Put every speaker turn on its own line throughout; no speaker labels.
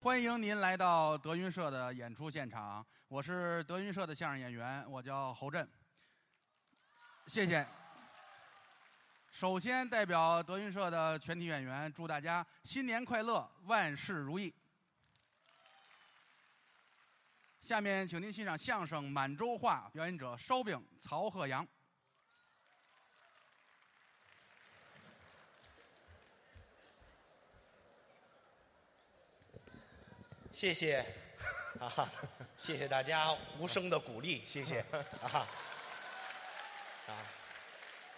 欢迎您来到德云社的演出现场，我是德云社的相声演员，我叫侯震。谢谢。首先，代表德云社的全体演员，祝大家新年快乐，万事如意。下面，请您欣赏相声《满洲话》，表演者烧饼曹鹤阳。
谢谢，啊，谢谢大家无声的鼓励，谢谢啊啊！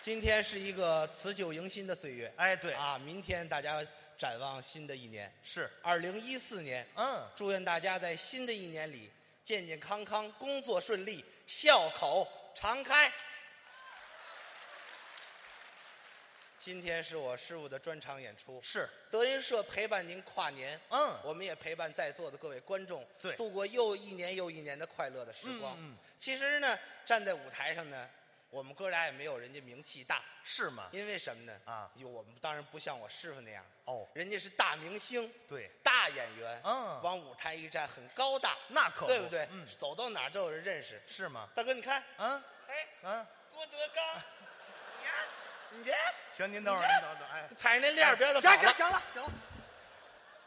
今天是一个辞旧迎新的岁月，
哎，对，
啊，明天大家展望新的一年，
是，
二零一四年，
嗯，
祝愿大家在新的一年里健健康康，工作顺利，笑口常开。今天是我师傅的专场演出，
是，
德云社陪伴您跨年，
嗯
我们也陪伴在座的各位观众，
对
度过又一年又一年的快乐的时光。
嗯嗯
其实呢，站在舞台上呢，我们哥俩也没有人家名气大，
是吗？
因为什么呢？
啊
有我们当然不像我师傅那样，
哦
人家是大明星，
对，
大演员，
嗯
往舞台一站很高大，
那可不
对不对？
嗯
走到哪儿都有人认识。
是吗？
大哥，你看，
嗯
哎，
嗯，
郭德纲，你看，你这
行，您等会儿，您等会儿，哎，
踩着那链儿边的
行行，行了，行了，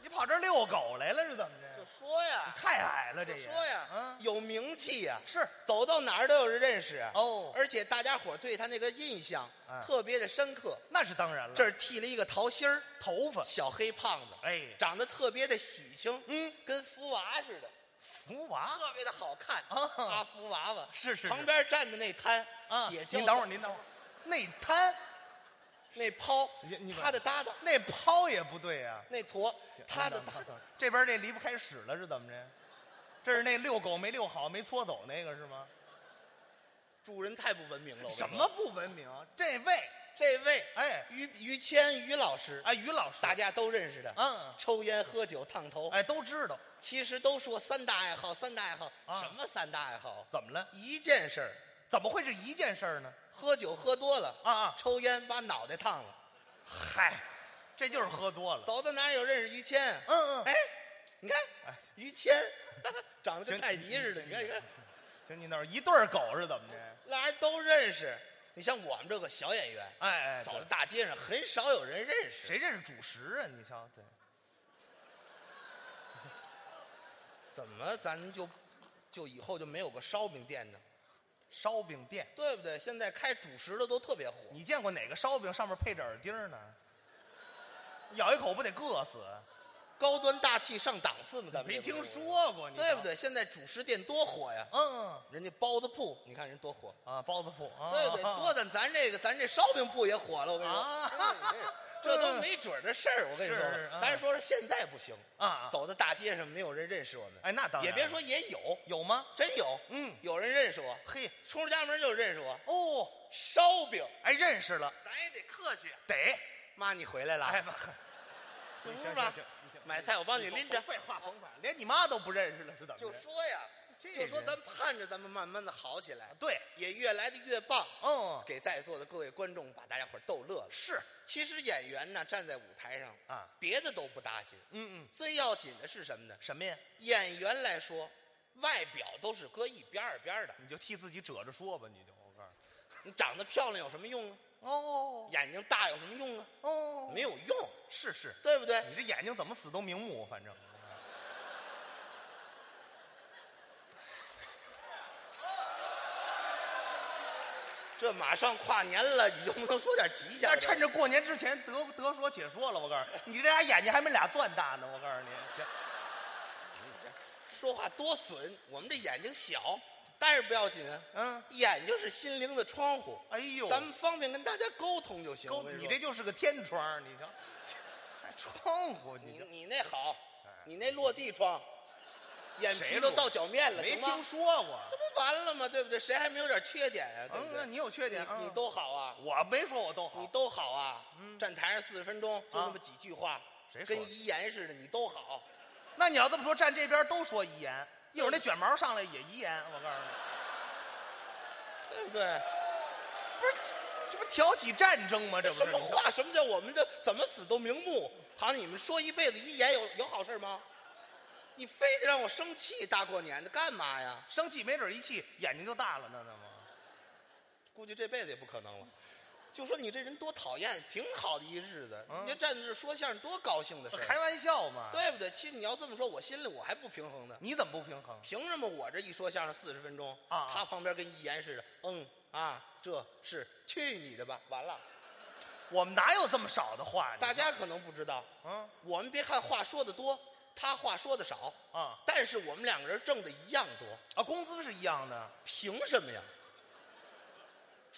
你跑这儿遛狗来了是怎么
就
着？
说呀，
太矮了，这
就
也
说呀，
嗯，
有名气呀，
是
走到哪儿都有人认识啊
哦
而且大家伙儿对他那个印象
嗯
特别的深刻。
那是当然了，
这儿剃了一个桃心儿，
头发，
小黑胖子，
哎
长得特别的喜庆，
嗯，
跟福娃似的，
福娃，
特别的好看
啊
啊，福娃娃
是是是
旁边站的那摊
啊，
也叫
您等会儿，您等会儿，那摊
那抛
你你，
他的搭档
那抛也不对啊呀，
那坨，
行
他的
等
搭
会儿等
档
会儿这边这离不开屎了是怎么着？这是那遛狗没遛好，没搓走那个是吗？
主人太不文明了，我跟你说
什么？不文明？啊这位，
这位
哎
于于谦于老师，
哎，于老师，
大家都认识的，
嗯
抽烟喝酒烫头，
哎都知道，
其实都说三大爱好，三大爱好，
啊
什么三大爱好？
怎么了？
一件事儿，
怎么会是一件事儿呢？
喝酒喝多了
啊啊
抽烟把脑袋烫了，
嗨，这就是喝多了。
走到哪儿有认识于谦，
嗯嗯
哎，你看
哎
于谦 长得跟
行
泰迪似的，你看你看，
行，你那儿一对儿狗是怎么着？
俩人都认识。你像我们这个小演员，
哎哎，
走到
对
大街上很少有人认识，
谁认识主食啊？你瞧，对，
怎么咱就就以后就没有个烧饼店呢？
烧饼店，
对不对？现在开主食的都特别火，
你见过哪个烧饼上面配着耳钉呢？咬一口不得硌死？啊
高端大气上档次嘛，咱们
没
这不是
听，说过，你瞧
对不？对？现在主食店多火呀，
嗯
人家包子铺，你看人多火，
啊，包子铺啊，
对不对？
啊
多咱咱这个咱这烧饼铺也火了，我跟你
啊
说， 这都没准儿的事儿，我跟你说
是是，啊
咱说是现在不行
啊啊
走到大街上没有人认识我们，
哎那当然
也别说也有，
有吗？
真有，
嗯
有人认识我，
嘿，
出了家门就认识我，
哦，
烧饼，
哎，认识了，
咱也得客气，
得，
妈你回来了，
哎妈，
进
行
屋吧
行行行，
买菜我帮你拎着，
废话甭管，连你妈都不认识了，是怎么着？
就说呀，
这
就说
人
咱盼着咱们慢慢的好起来，
对，
也越来的越棒。
嗯，
啊给在座的各位观众把大家伙儿逗乐了。
是，
其实演员呢站在舞台上
啊
别的都不打紧，
嗯嗯，
最要紧的是什么呢？
什么呀？
演员来说，外表都是搁一边儿一边儿的，
你就替自己褶着说吧，你就我告诉你。
你长得漂亮有什么用啊？
哦
眼睛大有什么用啊？
哦
没有用，
是是，
对不对？
你这眼睛怎么死都明目，反正。
这马上跨年了，你就不能说点吉祥
但
的？
是趁着过年之前得得说且说了，我告诉你，你这俩眼睛还没俩钻大呢，我告诉你，行，
说话多损，我们这眼睛小，但是不要紧啊。
嗯，
眼睛是心灵的窗户，
哎呦，
咱们方便跟大家沟通就行。
勾
我跟
你
说
这就是个天窗，你瞧，还窗户，你
你
这
你那好
哎，
你那落地窗，眼皮
谁
都
落
到脚面了，
没
行吗
听说过。
这不完了吗？对不对？谁还没有点缺点呀、对
嗯
不，
那
对？
你有缺点，
你
嗯
你都好啊，
我没说我都好，嗯
你都好啊。站台上四十分钟，就
啊
那么几句话，
谁说
跟
的
遗言似的，你都好。
那你要这么说，站这边都说遗言，一会儿那卷毛上来也遗言，我告诉你，
对不对？
不是这这不挑起战争吗？这不是
什么？话？什么叫我们这怎么死都瞑目？好，你们说一辈子遗言有有好事吗？你非得让我生气，大过年的干嘛呀？
生气没准一气眼睛就大了呢，那么
估计这辈子也不可能了。就说你这人多讨厌，挺好的一日子，
嗯
你就站在这说相声，多高兴的事
开
儿，啊
玩笑嘛。，
对不对？其实你要这么说，我心里我还不平衡呢。
你怎么不平衡？
凭什么我这一说相声四十分钟
啊
他旁边跟一言似的，嗯啊，这是去你的吧？完了，
我们哪有这么少的话呢？
大家可能不知道，
啊
我们别看话说的多，他话说的少，
啊
但是我们两个人挣的一样多，
啊，工资是一样的，
凭什么呀？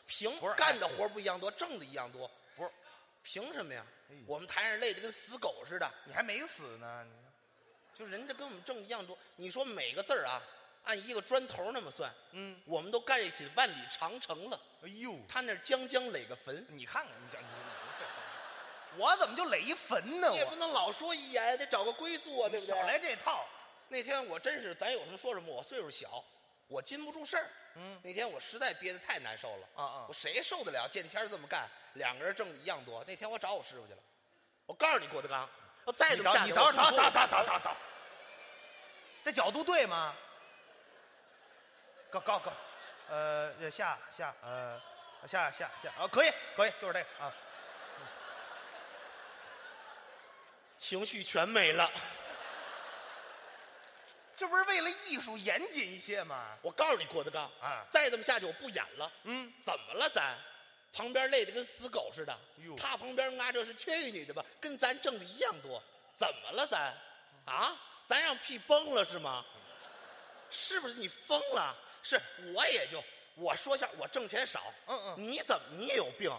凭
不是哎
干的活不一样多，挣的一样多，
不是
凭什么呀
哎？
我们台上累得跟死狗似的，
你还没死呢，你
就人家跟我们挣一样多。你说每个字儿啊，按一个砖头那么算，
嗯，
我们都盖起万里长城了，
哎呦，
他那儿将将垒个坟。
你看看你讲你这你这废话，我怎么就垒一坟呢？
你也不
我
能老说一言，得找个归宿啊，对不
少来
对？
这套，
那天我真是，咱有什么说什么。我岁数小，我禁不住事儿。
嗯
那天我实在憋得太难受了，
啊啊
我谁受得了见天儿这么干？两个人挣的一样多。那天我找我师傅去了，我告诉你郭德纲，我再
你
这么
等
下
你
去，
等
我不
等
说了
等等等等等，这角度对吗？高高高，呃下下呃下下下啊，可以可以，就是这个啊，
情绪全没了。
这不是为了艺术严谨一些吗？
我告诉你郭德纲
啊
再这么下去我不演了。
嗯，
怎么了咱？旁边累得跟死狗似的
哟，
他旁边啊这是去你的吧，跟咱挣的一样多。怎么了咱？啊，咱让屁崩了是吗？是不是你疯了？是我也就我说下我挣钱少，
嗯嗯
你怎么你也有病，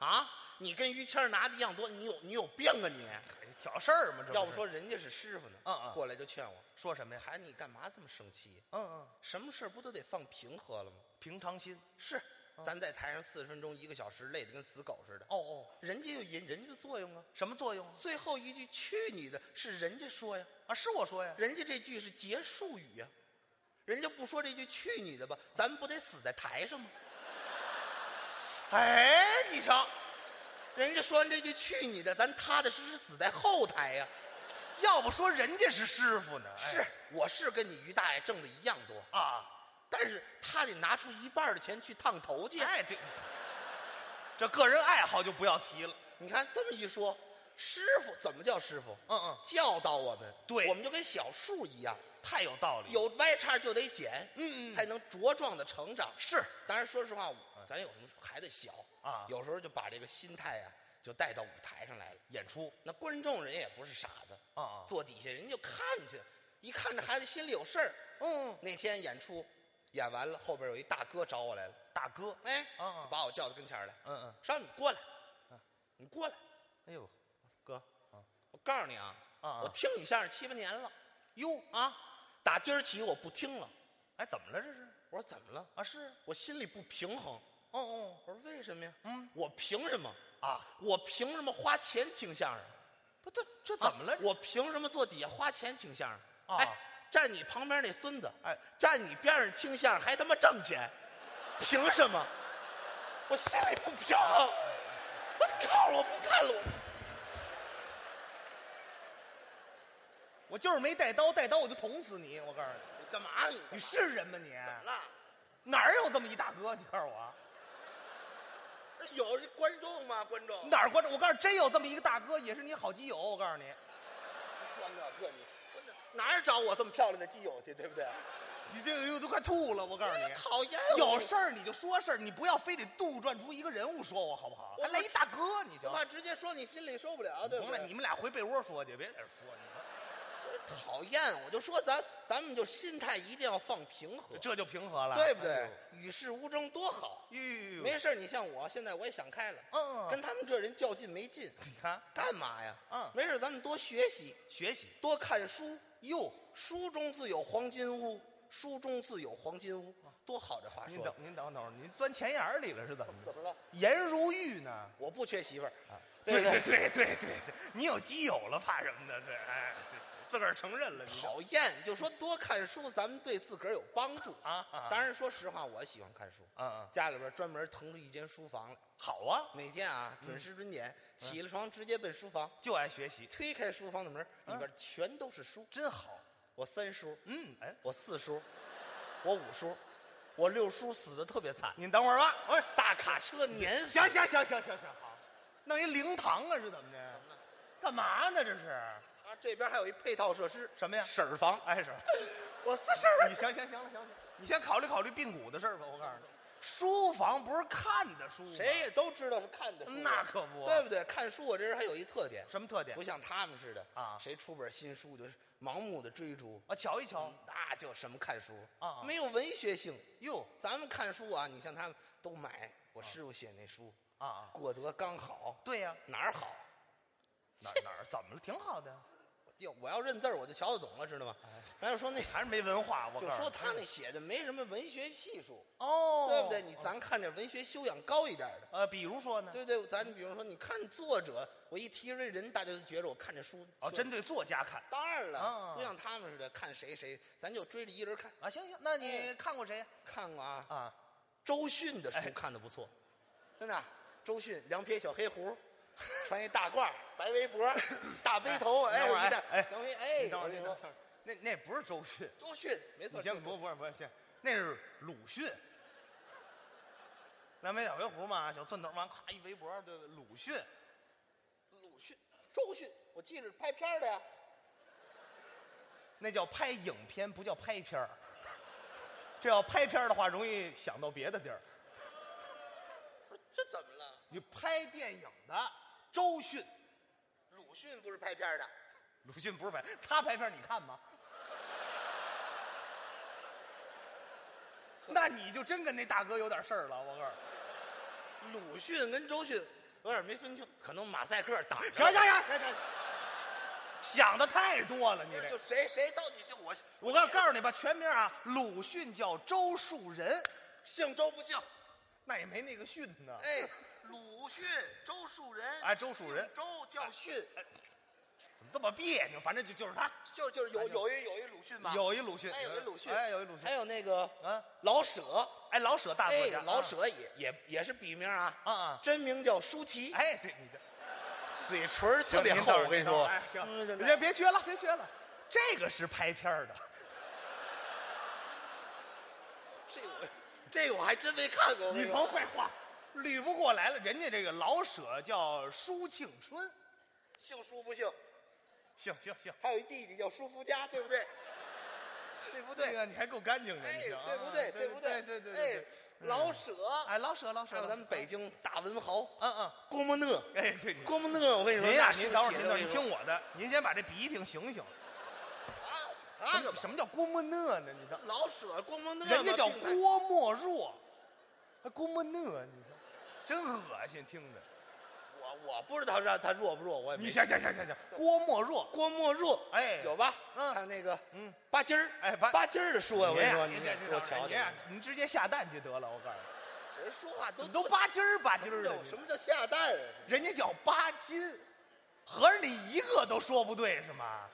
啊？你跟于谦儿拿的一样多，你有你有病啊你？
挑事儿嘛，这不是
要不说人家是师傅呢，
嗯嗯
过来就劝我，
说什么呀？
孩子你干嘛这么生气？
嗯嗯，
什么事儿不都得放平和了吗？
平常心。
是，
嗯
咱在台上四十分钟、一个小时，累得跟死狗似的。
哦哦，
人家有人人家的作用啊。
什么作用啊？
最后一句“去你的”是人家说呀，
啊，是我说呀，
人家这句是结束语呀，人家不说这句“去你的”吧，咱们不得死在台上吗？
哎，你瞧，
人家说完这句“去你的”，咱踏踏实实死在后台呀。
要不说人家是师傅呢，哎
是，我是跟你于大爷挣的一样多，
啊，
但是他得拿出一半的钱去烫头去。
哎，这这个人爱好就不要提了，
你看这么一说，师傅怎么叫师傅？
嗯嗯，
教导我们，
对
我们就跟小树一样，
太有道理了，
有歪叉就得剪，
嗯嗯嗯
才能茁壮的成长。
是，哎
当然说实话，咱有什么孩子小
啊
有时候就把这个心态啊，就带到舞台上来了。
演出
那观众人也不是傻子，
啊啊，
坐底下人就看去，一看这孩子心里有事儿。
嗯，
那天演出演完了，后边有一大哥找我来了，
大哥，
哎，
啊啊
就把我叫到跟前儿来，
嗯嗯，
说你过来，你过来，
哎呦，
哥，我告诉你啊，
啊啊
我听你相声七八年了
哟，
啊，打今儿起我不听了。
哎，怎么了这是？
我说怎么了？
啊，是，
我心里不平衡。
哦哦，
我说为什么呀？
嗯，
我凭什么？
啊，
我凭什么花钱听相声？
不，这这怎么了？
啊我凭什么坐底下花钱听相声？
啊
哎，站你旁边那孙子，
哎，
站你边上听相声还他妈挣钱，凭什么？我心里不平衡。
啊
我告诉我不看了，
哎
我
我就是没带刀，带刀我就捅死你！我告诉你，
你干嘛你？
你是人吗你？
怎么了？
哪儿有这么一大哥？你告诉我啊。
有这观众吗？观众，
哪儿关注？我告诉你，真有这么一个大哥，也是你好基友。我告诉你，
酸个个你，我哪哪儿找我这么漂亮的基友去？对不对？
你这个都快吐了。我告诉
哎
你
呀，讨厌我
有事儿你就说事儿，你不要非得杜撰出一个人物说我好不好？
我
还来一大哥，你
我
行？
怕直接说你心里受不了，对不
行了
对，？
你们俩回被窝说去，别在这说。你
讨厌，我就说咱咱们就心态一定要放平和
说，这就平和了，
对不对？与世无争多好。
哎呦？
没事儿，你像我现在我也想开了，
嗯嗯
跟他们这人较劲没劲，
你看
干嘛呀？
嗯
没事儿，咱们多学习，
学习
多看书，
哟，
书中自有黄金屋，书中自有黄金屋，多好这话
您
说
等
的。
您等等会儿，您钻钱眼儿里了是怎么着
怎？么了？啊
颜如玉呢？
我不缺媳妇儿，对
对
不
对对对对对，你有基友了，怕什么的？对，哎，对自个儿承认了，你知道
讨厌，就说多看书，咱们对自个儿有帮助
啊啊
当然，说实话，我喜欢看书，
嗯嗯
家里边专门腾出一间书房来，
好啊，
每天啊准时准点
嗯
起了床，直接奔书房，
就爱学习，
推开书房的门，里边全都是书，
嗯真好。
我三叔，
嗯，哎，
我四叔，我五叔，我六叔死的特别惨，
您等会儿吧。喂，
大卡车碾死。
行行行行行行，好，弄一灵堂啊，是怎么着？干嘛呢？这是
啊，这边还有一配套设施，
什么呀？
婶儿房。
哎是，
我四婶儿
你行行行了行了，你先考虑考虑髌骨的事儿吧。我告诉你，书房不是看的书吗，
谁也都知道是看的书，啊
那可不
对不对？看书我啊这人还有一特点，
什么特点
不？像他们似的
啊
谁出本新书就是盲目的追逐，
啊，瞧一瞧，
那叫什么看书
啊啊
没有文学性。
哟
咱们看书啊，你像他们都买我师傅写那书，
啊啊，
过得刚好，
对呀，
哪儿好？
哪哪儿怎么了？挺好的，
要我要认字儿我就瞧得懂了，知道吗？咱就说那，
还是没文化。哎我
就
告诉
说
你
他那写的没什么文学技术，
哦，
对不对？你咱看点文学修养高一点的。
呃，比如说呢？
对对，咱比如说，你看作者，我一提这人，大家就觉着我看这书
哦，针对作家看
当然
啊
了，不像他们似的看谁谁，咱就追着一人看。
啊，行行，那你
哎
看过谁呀？
看过啊，
啊，
周迅的
哎
书看的不错，真的啊。周迅两撇小黑胡， 穿一大褂儿，白围脖儿， 大背头，哎，
哎等会儿
我一看
哎哎
两位哎，
你等会
我
儿，
跟
你
你说
等会儿，那那不是周迅，
周迅没错，
你先
周迅
不不是不是，这那是鲁迅。那没小围胡嘛，小寸头嘛，咵一围脖，对不对？鲁迅，
鲁迅，周迅，我记着拍片儿的呀，
那叫拍影片，不叫拍片儿。这要拍片儿的话，容易想到别的地儿。
不是这怎么了？
你拍电影的周迅，
鲁迅不是拍片儿的，
鲁迅不是拍，他拍片儿你看吗？ 那你就真跟那大哥有点事儿了，我告诉你。
鲁迅跟周迅有点没分清，可能马赛克打着了。
行行行行行，想的太多了，你
就
这。
谁谁到底姓我？
我告告诉你吧，全名啊，鲁迅叫周树人，
姓周不姓？
那也没那个训呢。
哎，鲁迅、周树人，
哎周树人哎
姓周叫迅，
怎么这么别扭？反正就就是他，
就就是有有一有一鲁迅吧，
哎有一鲁迅，
哎有一鲁迅，
哎有一鲁迅
还，有那个
啊，
老舍，
哎老舍大作
哎
家，，
老舍也也也是笔名啊，
啊啊，
真名叫舒淇，
哎对你这
嘴唇儿特别厚，我跟你说，
哎行，
嗯
人家别撅了，别撅了，这个是拍片儿的，
这我这个我还真没看过，我跟
你
你
甭
说
废话，捋不过来了，人家这个老舍叫舒庆春，
姓舒不姓？
行行行，
还有一弟弟叫舒福佳，对不对？对不
这
对？
个你还够干净的，
哎，
你这啊
对不对？
对
不
对？
对？
对对
哎
对，，
老舍，
哎老舍老舍，
还有咱们北京大文豪
嗯嗯。
郭沫若，
哎，对，你
郭沫若，我跟你说，
您呀、
那啊书
您等会
写
儿，您
的
等
我
会儿，
跟
您
你说
听我的，您先把这鼻涕醒醒。
他
什么
干嘛
什么叫郭沫若呢？你知道，
老舍、郭沫若嘛，
人家叫
并排
郭沫若，还郭沫若，你说，真恶心，听着。
我我不知道他他弱不弱，我也没
你想想想想想，郭沫若，
郭沫若，
哎
有吧？
嗯
还有那个
嗯，
巴金儿，
哎巴
巴金儿的书啊，我跟你说，
您
你
呀
得多瞧瞧
您，呀，您直接下蛋去得了，我告诉你，
这人说话都
怎么都巴筋儿巴筋儿的
叫，
你
什么叫下蛋啊？
人家叫巴金，合着你一个都说不对是吗？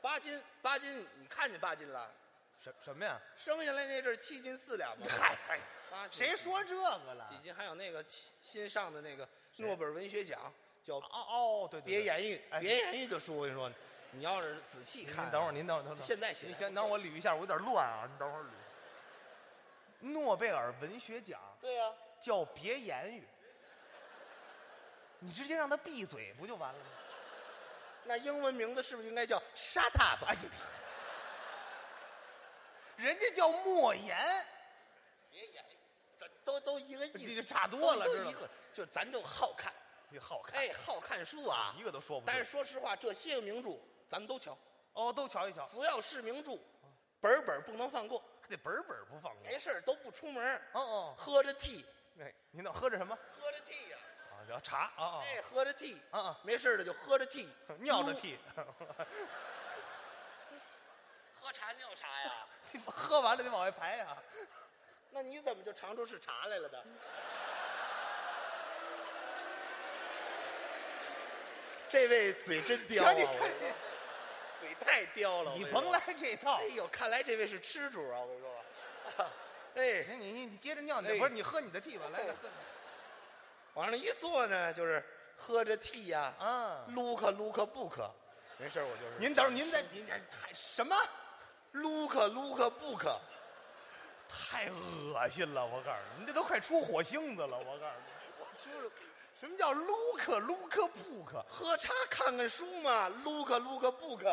巴金，巴金，你看见巴金了？
什什么呀？
生下来那阵儿七斤四两嘛，
嗨，哎
巴金
谁说这个了
几？斤？还有那个新上的那个诺贝尔文学奖叫《
哦哦，对对，
别
对
言语
哎》，
别言语的书，我跟你说，你要是仔细
您
看啊，
等会儿，您等会儿，等会儿。
现在写
您
的
先
不
等
错
我捋一下，我有点乱啊。您等会儿捋。诺贝尔文学奖
对啊呀、
叫别言语，你直接让他闭嘴不就完了吗？
那英文名字是不是应该叫 “shut up”？
哎呀，人家叫莫言，
别演，咱都都一个意思，
你就差多了
都
知道
都一
吗
个，就咱就好看，
你好看，
哎，好看书啊
一。个都说不对。
但是说实话，这些个名著咱们都瞧，
哦，都瞧一瞧，
只要是名著，本儿本儿不能放过，
还得本儿本儿不放过。
没事儿都不出门儿，
哦哦，
喝着 tea，
哎，您那喝着什么？
喝着 tea 呀、
啊，叫茶啊啊，
哎，喝着 tea，
啊啊
没事儿了就喝着 tea，
尿着
撸
T，
喝茶尿茶呀？
你喝完了得往外排啊呀。
那你怎么就尝出是茶来了的？这位嘴真刁啊！
瞧你瞧
我跟你说嘴太刁了！我
你，
跟
你
说
甭来这套
哎。呦，看来这位是吃主啊！我跟你说，啊哎，
行，你你你接着尿，你
哎
不是你喝你的替吧，来来喝你的。
往那一坐呢，就是喝着 tea 呀、
啊，
撸克撸克不可，没事儿我就是。
您等会儿您再您这太什么？
撸克撸克不可，
太恶心了！我告诉你，你这都快出火星子了！我告诉你，
我出了
什么叫撸克撸克布克？
喝茶看看书嘛，撸克撸克不可。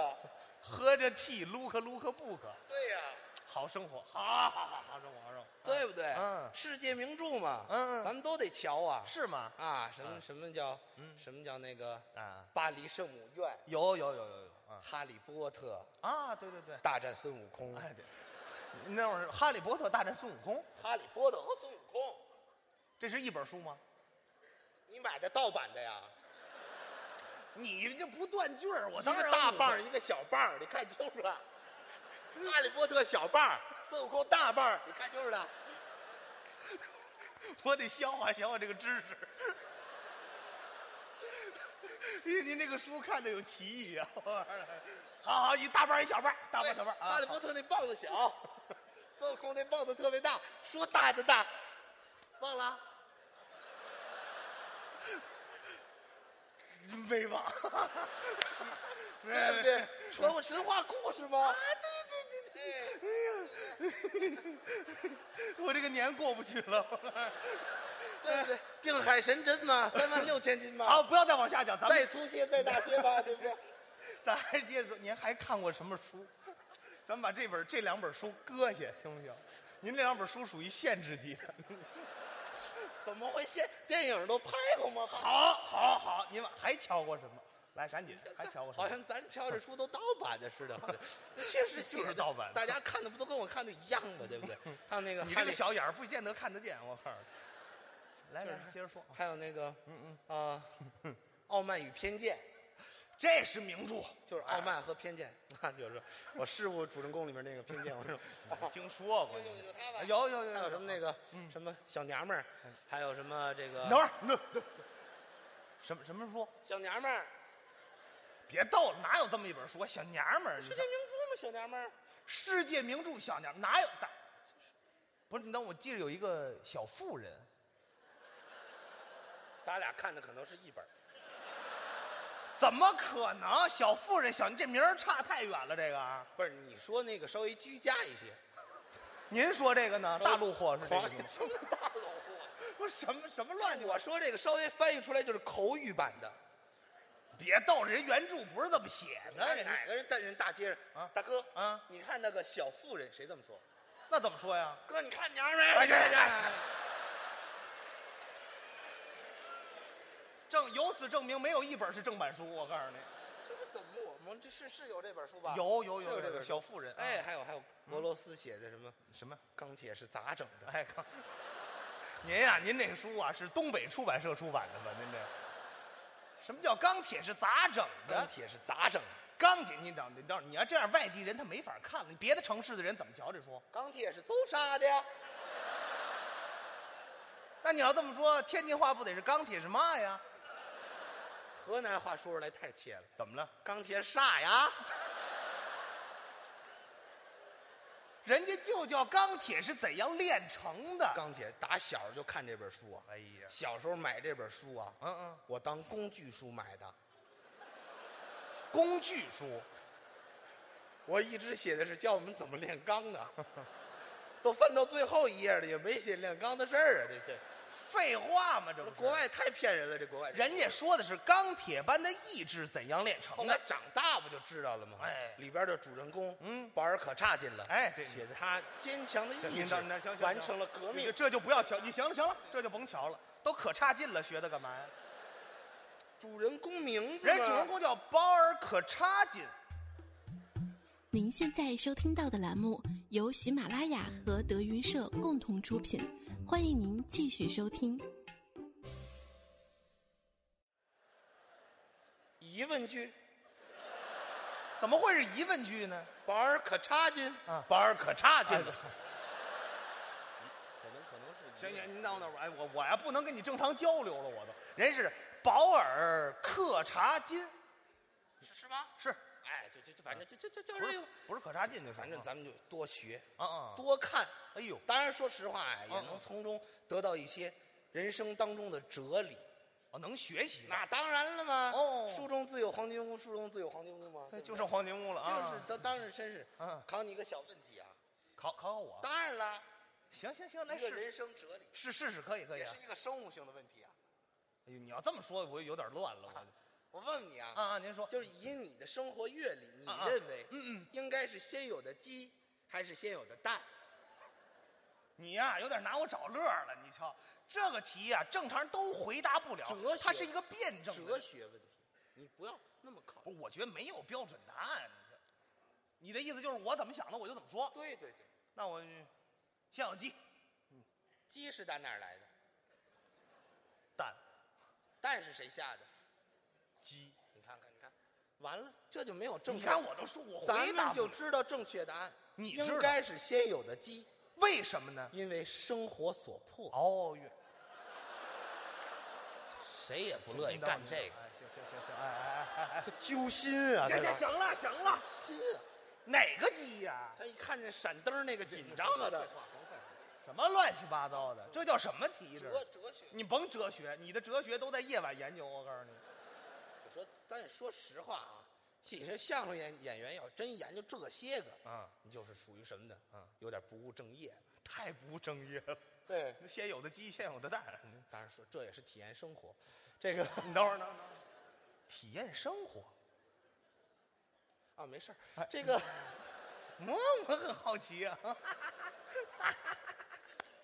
喝着 tea 撸克撸克布克，
对呀、
好生活，好好好好好生活，好生活，
对不对？
嗯
世界名著嘛，
嗯嗯
咱们都得瞧啊。
是吗？
啊，什么
嗯
什么叫
嗯
什么叫那个
啊，
巴黎圣母院、
有有有有有啊
哈利波特
啊，对对对，
大战孙悟空、
哎对，那会儿《哈利波特大战孙悟空》，
哈利波特和孙悟空，
这是一本书吗？
你买的盗版的呀？
你这不断句儿，我
一个大棒儿，一个小棒儿，你看清楚了。
嗯
哈利波特小棒儿，孙悟空大棒儿，你看清楚了。
我得消化消化这个知识。您您这个书看的有歧义啊！好好，一大半儿一小半儿，大半儿小半儿啊！
哈利波特那棒子小，孙悟空那棒子特别大，说大就大，忘了。
真没忘，哎
对不对？传过神话故事吗？啊，对对对对。
我这个年过不去了。
对不对？定海神针嘛，三万六千斤嘛。
好，，不要再往下讲，咱们
再粗些再大些吧，对不对？
咱还是接着说，您还看过什么书？咱们把这本这两本书搁下，行不行？您这两本书属于限制级的。
怎么会现电影都拍过吗？好，
好，好，好，您们还瞧过什么？来，赶紧还瞧过什
好
么？
像咱瞧这书都盗版的似的， 好像那确实写
就是
的
盗版的
大家看的不都跟我看的一样吗？对 不对？还有那个
你
哈
这
利，
个小眼儿不见得看得见，我告诉你。来
就
来
是，
接着说，
还有那个，嗯嗯啊，《傲慢与偏见》
这是名著，
就是傲慢和偏见，哎 那就是我师傅主人公里面那个偏见，我说。哎
听说 过
就。就就他吧，
有有有
还有什么那个什么小娘们儿，还有什么这个
等会儿，那那什么什么书？
小娘们儿，
别逗了，哪有这么一本书？小娘们儿，你
世
看
界名著嘛，小娘们儿。
世界名著小娘哪有大？不是，你等我记着有一个小妇人，
咱俩看的可能是一本儿，
怎么可能？小妇人小，你这名儿差太远了。这个啊，
不是你说那个稍微居家一些，
您说这个呢？大陆货是这
狂
个吗？
什么大老货？
不是什么什么乱七八
我说这个稍微翻译出来就是口语版的。
别逗人，原著不是这么写的。人家
哪个人在人大街上
啊
大哥
啊
你看那个小妇人，谁这么说？
那怎么说呀？
哥，你看娘们儿，
哎呀呀呀证由此证明，没有一本是正版书。我告诉你，
这不怎么我们这是是有这本书吧？
有有
是有
有
这本书
小妇人，
哎，
啊，
还有还有俄罗斯写的什么
什么？
钢铁是咋整的？
哎， 刚您呀、您这书啊是东北出版社出版的吧？您这什么叫钢铁是咋整
钢
的？
铁是咋整的？
钢铁，你等你等，你要这样，外地人他没法看了，你别的城市的人怎么瞧这书？
钢铁是走啥的呀？
那你要这么说，天津话不得是钢铁是嘛呀？
河南话说出来太切了，
怎么了？
钢铁啥呀？
人家就叫钢铁是怎样炼成的。
钢铁打小就看这本书啊，
哎呀，
小时候买这本书啊，
嗯嗯，
我当工具书买的。
工具书，
我一直写的是教我们怎么炼钢的， 都翻到最后一页了，也没写炼钢的事儿啊。这些
废话嘛，这不是
国外太骗人了，这国外
人家说的是钢铁般的意志怎样炼
后
成
来
的。
长大不就知道了吗？
哎
里边的主人公，
嗯
保尔可差劲了，
哎对
写的他坚强的意
您
志
等您等行行，行
完成了革
这
命。
这就不要瞧，你行了行了，这就甭瞧了，都可差劲了，学的干嘛呀？
主人公名字嘛，
人主人公叫保尔可差劲，
您现在收听到的栏目由喜马拉雅和德云社共同出品，欢迎您继续收听。
疑问句，
怎么会是疑问句呢？
保尔可差劲
啊，
保尔可差劲
哎
了，可能可能是
行行，您等等会儿，哎，我我呀不能跟你正常交流了，我都人是保尔可差劲，
是是吗？
是
哎，就就就反正就就就就
不
这
是
个，
不是可差劲就行？
反正咱们就多学
啊啊，
多看。
哎呦，
当然，说实话呀，也
嗯嗯
能从中得到一些人生当中的哲理。
啊哦，能学习的，
那当然了嘛，
哦
书中自有黄金屋，书中自有黄金屋嘛，对
对，
不
就
对
剩黄金屋了啊！
就是，当当然真是
嗯，哦
考你一个小问题啊，
考考考我，
当然了，
行行行，来
一个
试
人
试
生哲理，
试试试，可以可以
也
啊。
是一个生物性的问题啊。
哎呦，你要这么说，我有点乱了，我就
我问问你
啊
啊，
啊，您说，
就是以你的生活阅历，你
啊啊
认为，
嗯嗯，
应该是先有的鸡还是先有的蛋？
你呀、有点拿我找乐儿了，你瞧，这个题呀、正常人都回答不了，
哲学
它是一个辩证的
哲学问题，你不要那么考
不。是，我觉得没有标准答案。你的意思就是我怎么想的我就怎么说？
对对对，
那我先有鸡
鸡是打哪儿来的？
蛋
蛋是谁下的？
鸡，
你看看，你看，完了，这就没有正
你
确。
看我都说我
咱
回
们
答不
就
了
知道正确答案。
你知道
应该是先有的鸡，
为什么呢？
因为生活所迫，
哦，越
谁也不乐意干这个，
哎，行行行行，哎哎哎哎
这揪心啊！
哎，
这
行行行了行了，
心啊！
哪个鸡呀、
他一看见闪灯那个紧张啊，这
什么乱七八糟的，这叫什么题？这
哲哲学，
你甭哲学，你的哲学都在夜晚研究。我告诉你，
就说咱也说实话啊，其实相声演演员要真研究这些个，
啊，
你就是属于什么呢？
嗯，
有点不务正业了。
太不务正业了。
对，
先有的鸡，先有的蛋。
当然说这也是体验生活，这个
你等会儿，等会儿， 体验生活。
啊没事儿，这个
我嗯我很好奇啊。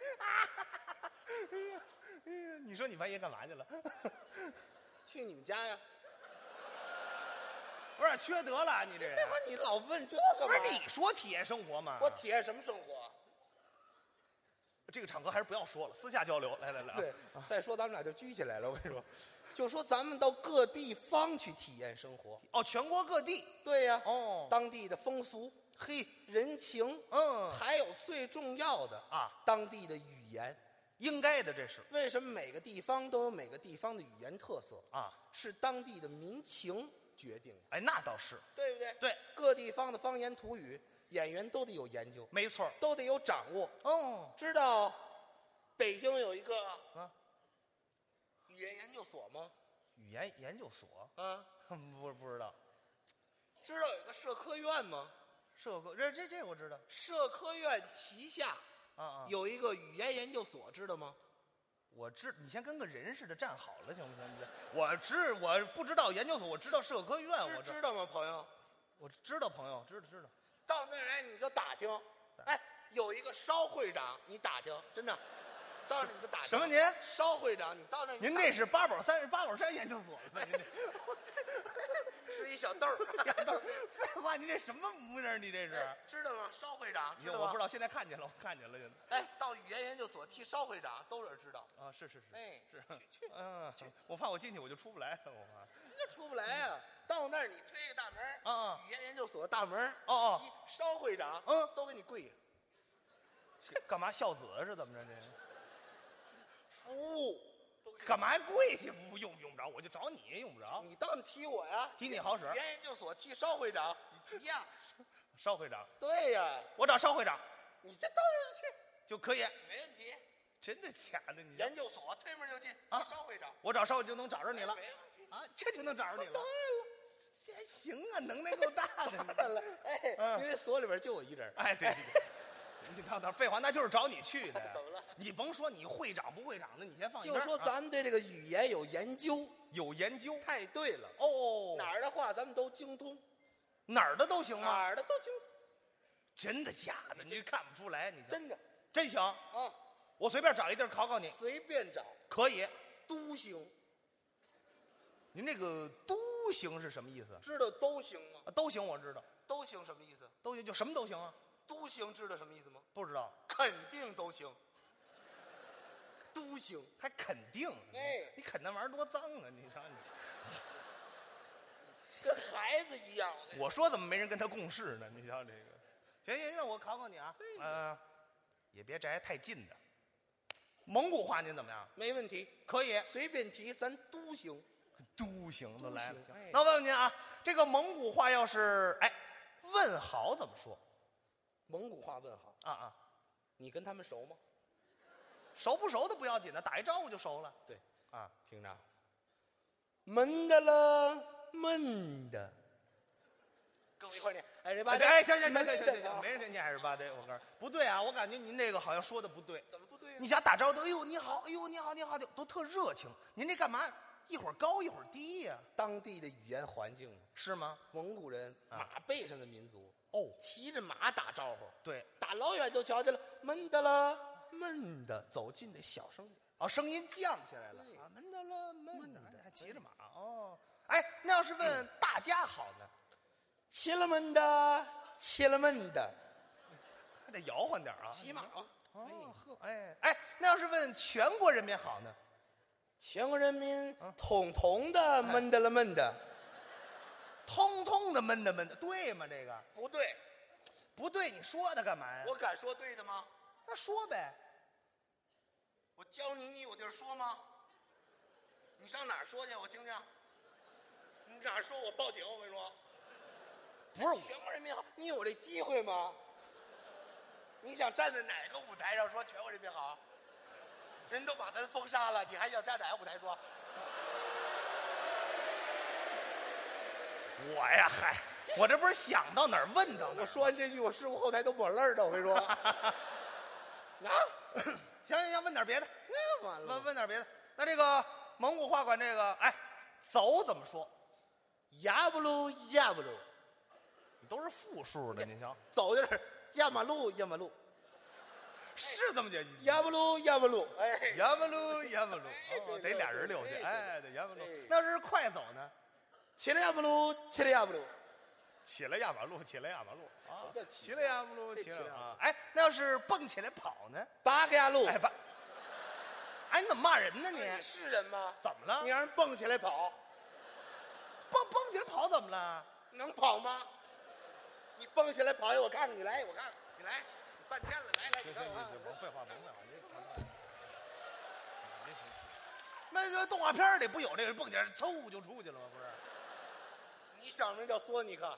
哎呀哎呀你说你半夜干嘛去 了？
去你们家呀。
不是缺德了，啊你这人
废话，你老问这个
不是你说体验生活吗？
我体验什么生活？
这个场合还是不要说了，私下交流。来来来啊，
对，再说咱们俩就拘起来了。我跟你说，就说咱们到各地方去体验生活。
哦，全国各地
对呀、
哦
当地的风俗、
嘿，
人情，
嗯
还有最重要的
啊，
当地的语言。
应该的，这是
为什么每个地方都有每个地方的语言特色？
啊，
是当地的民情决定的，
哎，那倒是
对不对？
对，
各地方的方言土语，演员都得有研究，
没错儿。
都得有掌握。
哦，
知道北京有一个
啊
语言研究所吗？
语言研究所，
啊，
不是不知道，
知道有个社科院吗？
社科这这这我知道
社科院旗下
啊啊。
有一个语言研究所，知道吗？
我知，你先跟个人似的站好了，行不行？你这我知，我不知道研究所，我知道社科院，
知
我
知道吗，朋友？
我知道朋友，知道知道。
到那儿来你就打听，哎，有一个稍会长，你打听，真的，到那儿你就打听。
什么您
稍会长，你到那儿你
您
打
那是八宝山八宝山研究所吧？ 您
是一小豆儿，
这废话，您这什么模样？你这是？
知道吗？稍会长， 知道
哎
啊
我
吗？
不知道，现在看见了，我看见了，现在。
哎，到语言研究所替稍会长都是知道，
啊，是是是，
哎，
是
去去，
嗯，我怕我进去我就出不来了，我怕。
你这出不来啊！到那儿你推个大门儿，
啊啊
语言研究所大门儿，
哦哦
一，稍会长，
嗯
都给你跪下，
这 干嘛孝子啊？是怎么着？这
服务都给你
干嘛还跪下？不用用不着，我就找你，用不着。
你当你提我呀？
提你好使
语言研究所提邵会长，你提呀？
邵会长，
对呀、
我找邵会长
你这当然去，
就可以。
没问题。
真的假的？你这
研究所推门就进，
啊
邵会长，哎
我找邵就能找着你了
没。问题。哦
啊，这就能找着你了
当。
这还行啊，能耐够大的。
然了，哎，
嗯
因为所里边就我一人。
哎，对对 对，你到那儿废话，那就是找你去的。
怎么了？
你甭说你会长不会长的，你先放一
就
边儿。
说
啊
咱们对这个语言有研究，
有研究
太对了。
哦，嗯啊
哪儿的话咱们都精通，
哪儿的都行
哪
吗？
儿的都精通，
真的假的？你这看不出来，你这
真的
真行。
啊，
我随便找一地儿考考你，
随便找
可以。
都行，
您这个“都行”是什么意思？
知道都行吗？
啊，都行，我知道，
都行什么意思？
都行就什么都行啊？
都行知道什么意思吗？
不知道，
肯定都行，都行。
还肯定？
哎
你啃那玩意儿多脏啊！你瞧你瞧，
跟孩子一样。我跟你
我说怎么没人跟他共事呢？你瞧这个，行行，那我考考你啊，呃，也别宅太近的，蒙古话您怎么样？
没问题，
可以，
随便提咱都行。
都行都来了
都行哎。
那我问问您啊，这个蒙古话要是哎，问好怎么说
蒙古话问好，
啊啊？
你跟他们熟吗？
熟不熟的不要紧的，打一招呼就熟了。
对
啊，
厅长，闷的了，闷的。跟我一块儿念，哎，这八代，
哎，行行行
闷
行行
的
行行，没人念二十八对，我告诉你，不对啊，我感觉您这个好像说的不对。
怎么不对呀、
你想打招呼，哎呦你好，哎呦你好你好，都特热情。您这干嘛？一会儿高一会儿低呀、
当地的语言环境，
是吗？
蒙古人
啊
马背上的民族，
哦，
骑着马打招呼，
对，
打老远就瞧见了，闷的了，闷的，走近得小声点。
哦，声音降下来了
对
啊，闷的了，闷的
闷，的
还骑着马哦。哎，那要是问大家好呢，
切了闷的，切了闷的，
还得摇晃点儿啊。
骑马啊！
哦，呵，哎哎，那要是问全国人民好呢？
全国人民
啊
统统的闷的了闷的，
通通的闷的闷的，对吗？这个
不对，
不对，你说它干嘛呀？
敢说对的吗？
那说呗，
我教你，你有地儿说吗？你上哪儿说去？我听听。你哪儿说？我报警！我跟你说，
不是
全国人民好，你有这机会吗？你想站在哪个舞台上说全国人民好？人都把咱封杀了，你还想站哪个舞台说？
我呀，嗨，我这不是想到哪儿问到哪
我
儿。
说完这句，我师傅后台都抹泪儿的。我跟你说， 啊，
行行行，问点别的，
那完了
问问点别的。那这个蒙古话管这个，哎，走怎么说？
压不噜压不噜，
都是复数的，您瞧，
走就是压马路压马路，
是这么解
压不噜压不噜，哎，
呀不噜呀不噜，
哎对
哦，得
对
俩
对
人溜去
对，对
哎，得呀不
哎
噜。那要是快走呢？
起来压不噜，起来压不噜，
起来压马路，起来压马路啊
什么叫！起
起来压马路，
这
起来
起来
啊！哎，那要是蹦起来跑呢？
八个压路，
哎，把，哎，你怎么骂人呢你？
你是人吗？
怎么了？
你让人蹦起来跑，
蹦蹦起来跑怎么了？
能跑吗？你蹦起来跑哎一下，我看看你来，我看看你来，你半天了，来啊来，你看我看看。
甭废话，甭废话，那个动画片儿里不有这个蹦起来嗖就出去了吗？不是，
你小名叫索尼克，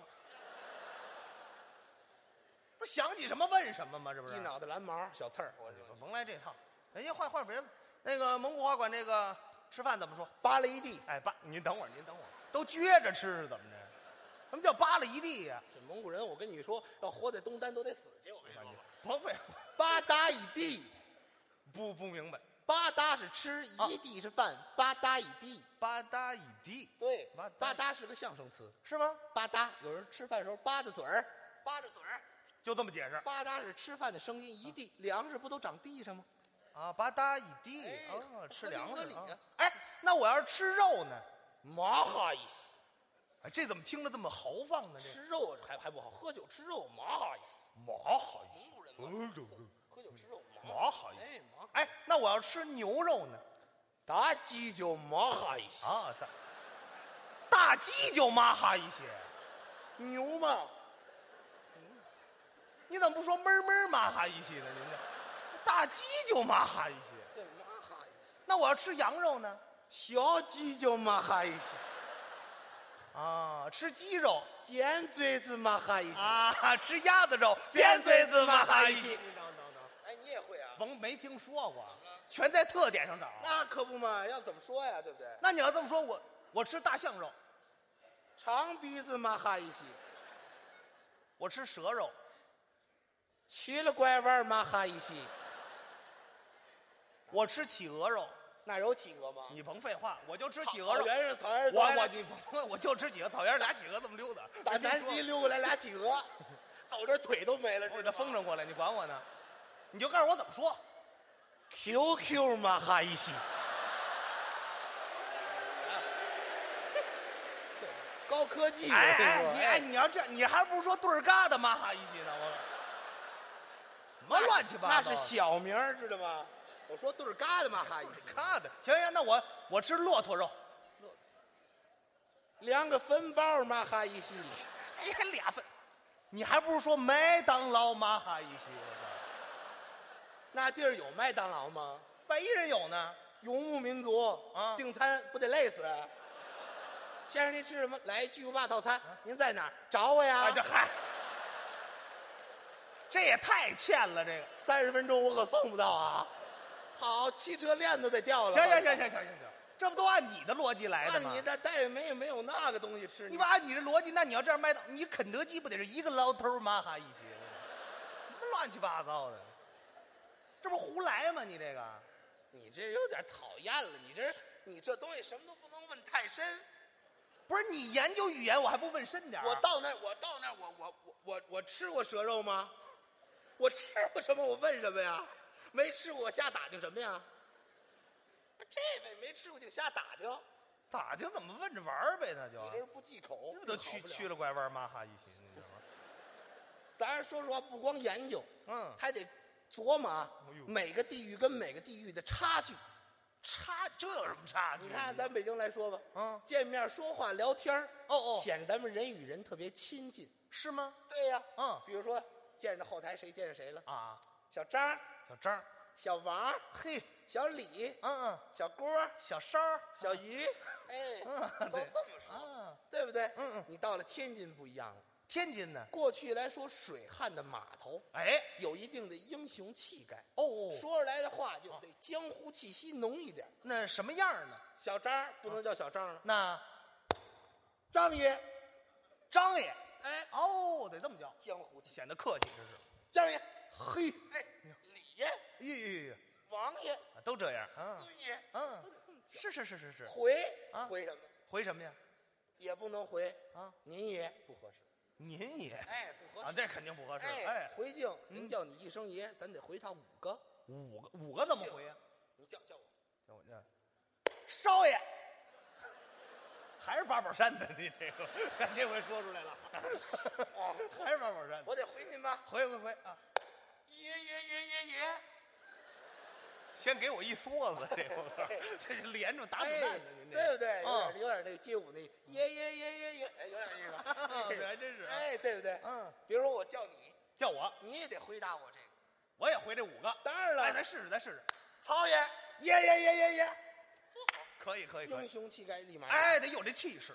不是想起什么问什么吗？这不是啊
一，脑袋蓝毛，小刺儿。我说
甭来这套。人家换换别的，那个蒙古话管这个吃饭怎么说？
扒了一地，
哎，扒，您等会儿，您等会儿，都撅着吃是怎么着？什么叫扒了一地呀、
这蒙古人，我跟你说，要活在东单都得死去。我跟你说吧，
哦甭废话，
八搭一地，
不不明白，
八搭是吃，
啊
一地是饭，八搭一地。
吧嗒一地
对
八，搭
八搭是个相声词，
是吗？
八搭有人吃饭的时候吧嗒嘴儿，吧嗒嘴儿，
就这么解释
吧嗒是吃饭的声音，一地粮食不都长地上吗？
啊，吧嗒一地
哎
哦，吃
合情
粮
合
食
理
啊
呀
哎，那我要是吃肉呢？
麻哈一些，
哎，这怎么听着这么豪放呢？这
吃肉还还不好，喝酒吃肉麻哈一些。
马好
蒙古人嘛，
一些，
喝酒吃肉麻哈。
马好一些。
哎，麻哈
哎，那我要吃牛肉呢？
打鸡就麻哈一些，
啊，大大鸡就马哈一些，
牛嘛，
你怎么不说闷儿闷儿马哈一些呢？您这大鸡就马哈一些。
对，麻哈一些。
那我要吃羊肉呢？
小鸡就麻哈一些，
啊，吃鸡肉
尖嘴子麻哈一些。
啊，吃鸭子肉，
扁嘴子
马
马哈一
些
些。
等等等，
哎，你也会啊？
甭没听说过，啊全在特点上找。啊
那可不嘛，要怎么说呀？对不对？
那你要这么说，我我吃大象肉，
长鼻子嘛哈一些，
我吃蛇肉，
瘸了拐弯嘛哈一些，
我吃企鹅肉。
那有企鹅吗？
你甭废话，我就吃
草
企鹅肉
草。原上草原上
我
草原
我
上
你甭，我就吃企鹅，草原上俩企鹅这么溜达，
打南极溜过来俩企鹅， 走这腿都没了，
我给
知
它
道
风筝过来，你管我呢？你就告诉我怎么说。
QQ 嘛哈一些，高科技，啊
哎哎，
我跟你说
你哎你要这样，你还不如说对儿嘎的嘛哈一起呢？我什么乱七八糟
哎
啊
那
的？
是小名儿，知道吗？我说对儿嘎的嘛哈一些，
嘎的。行行，那我我吃骆驼肉。
量个分包嘛哈一 些，
哎呀，俩分，你还不如说麦当劳嘛哈一起。
那地儿有麦当劳吗？
万一人有呢？
游牧民族
啊
订餐不得累死？先生，您吃什么？来巨无霸套餐。您在哪儿？找我呀
啊哎，！这嗨，这也太欠了，这个。
三十分钟我可送不到啊！好，汽车链都得掉了。
行行行行行行行，这不都按你的逻辑来的
按
吗？
你的戴梅也没有那个东西吃，
你不按你这逻辑，那你要这样卖到，你肯德基不得是一个捞头马哈一起？什么乱七八糟的，这不胡来吗？你这个，
你这有点讨厌了，你这你这东西什么都不能问太深。
不是你研究语言，我还不问深点儿啊
我到那儿我到那儿我我我我我吃过蛇肉吗？我吃过什么？我问什么呀？没吃过，我瞎打听什么呀？这位没吃过就瞎打
啊
听，
打听怎么问着玩儿呗？那就
你这是不忌口，
这不都曲
好不了
曲了拐弯马哈一起？你知道吗
当然，说实话，不光研究，
嗯，
还得琢磨啊
哎呦
每个地域跟每个地域的差距。
差这有什么差距？
你看，咱北京来说吧，
嗯，
见面说话聊天儿
哦哦
显得咱们人与人特别亲近。
是吗？
对呀、
嗯
比如说见着后台谁见着谁了，
啊，
小张、
小张，
小王、
嘿，
小李、
嗯嗯，
小郭、
小烧儿，
小 于，哎，
嗯
都
啊对
这么说，
啊，
对不对？
嗯嗯
你到了天津不一样了，
天津的，
过去来说水旱的码头
哎，
有一定的英雄气概，
哦哦，啊
说出来的话就得江湖气息浓一点。
那什么样儿呢？
小张不
啊
能叫小张了，
那
张爷，
张爷，
哎，
哦，得这么叫，
江湖气息，
显得客气，这是。
张爷，
嘿，
哎，李爷，
哎呦呦呦，
王爷，
啊都这样啊，
孙爷，
嗯
都得这么叫。
是是是是是，
回
啊
回什么？
回什么呀？
也不能回，
啊，
您也不合适，
您也
哎，不合
啊，
适。
这肯定不合适，
哎
哎，，
回敬您叫你一声爷，咱得回他五个。
五个五个怎么回呀？
你叫叫我，
那我这少爷，还是八宝山的，你这个这回说出来了， 哦还是八宝山的，
我得回您吧。
回回回啊！
爷爷爷爷爷，
先给我一梭子，这回这是连着打子
哎
弹的，您，
对
这
不对？有
啊，
点有点那个街舞那爷爷爷爷爷，哎，有点那个
这还真是啊
哎，对不对？
嗯，
比如说我叫你，
叫我
你也得回答我这个。
我也回这五个，
当然
来，咱
了，
试试，咱试试，
曹爷，
耶耶耶耶耶，可哎以可以可
英
以，
雄气概立马。，
哎，得有这气势。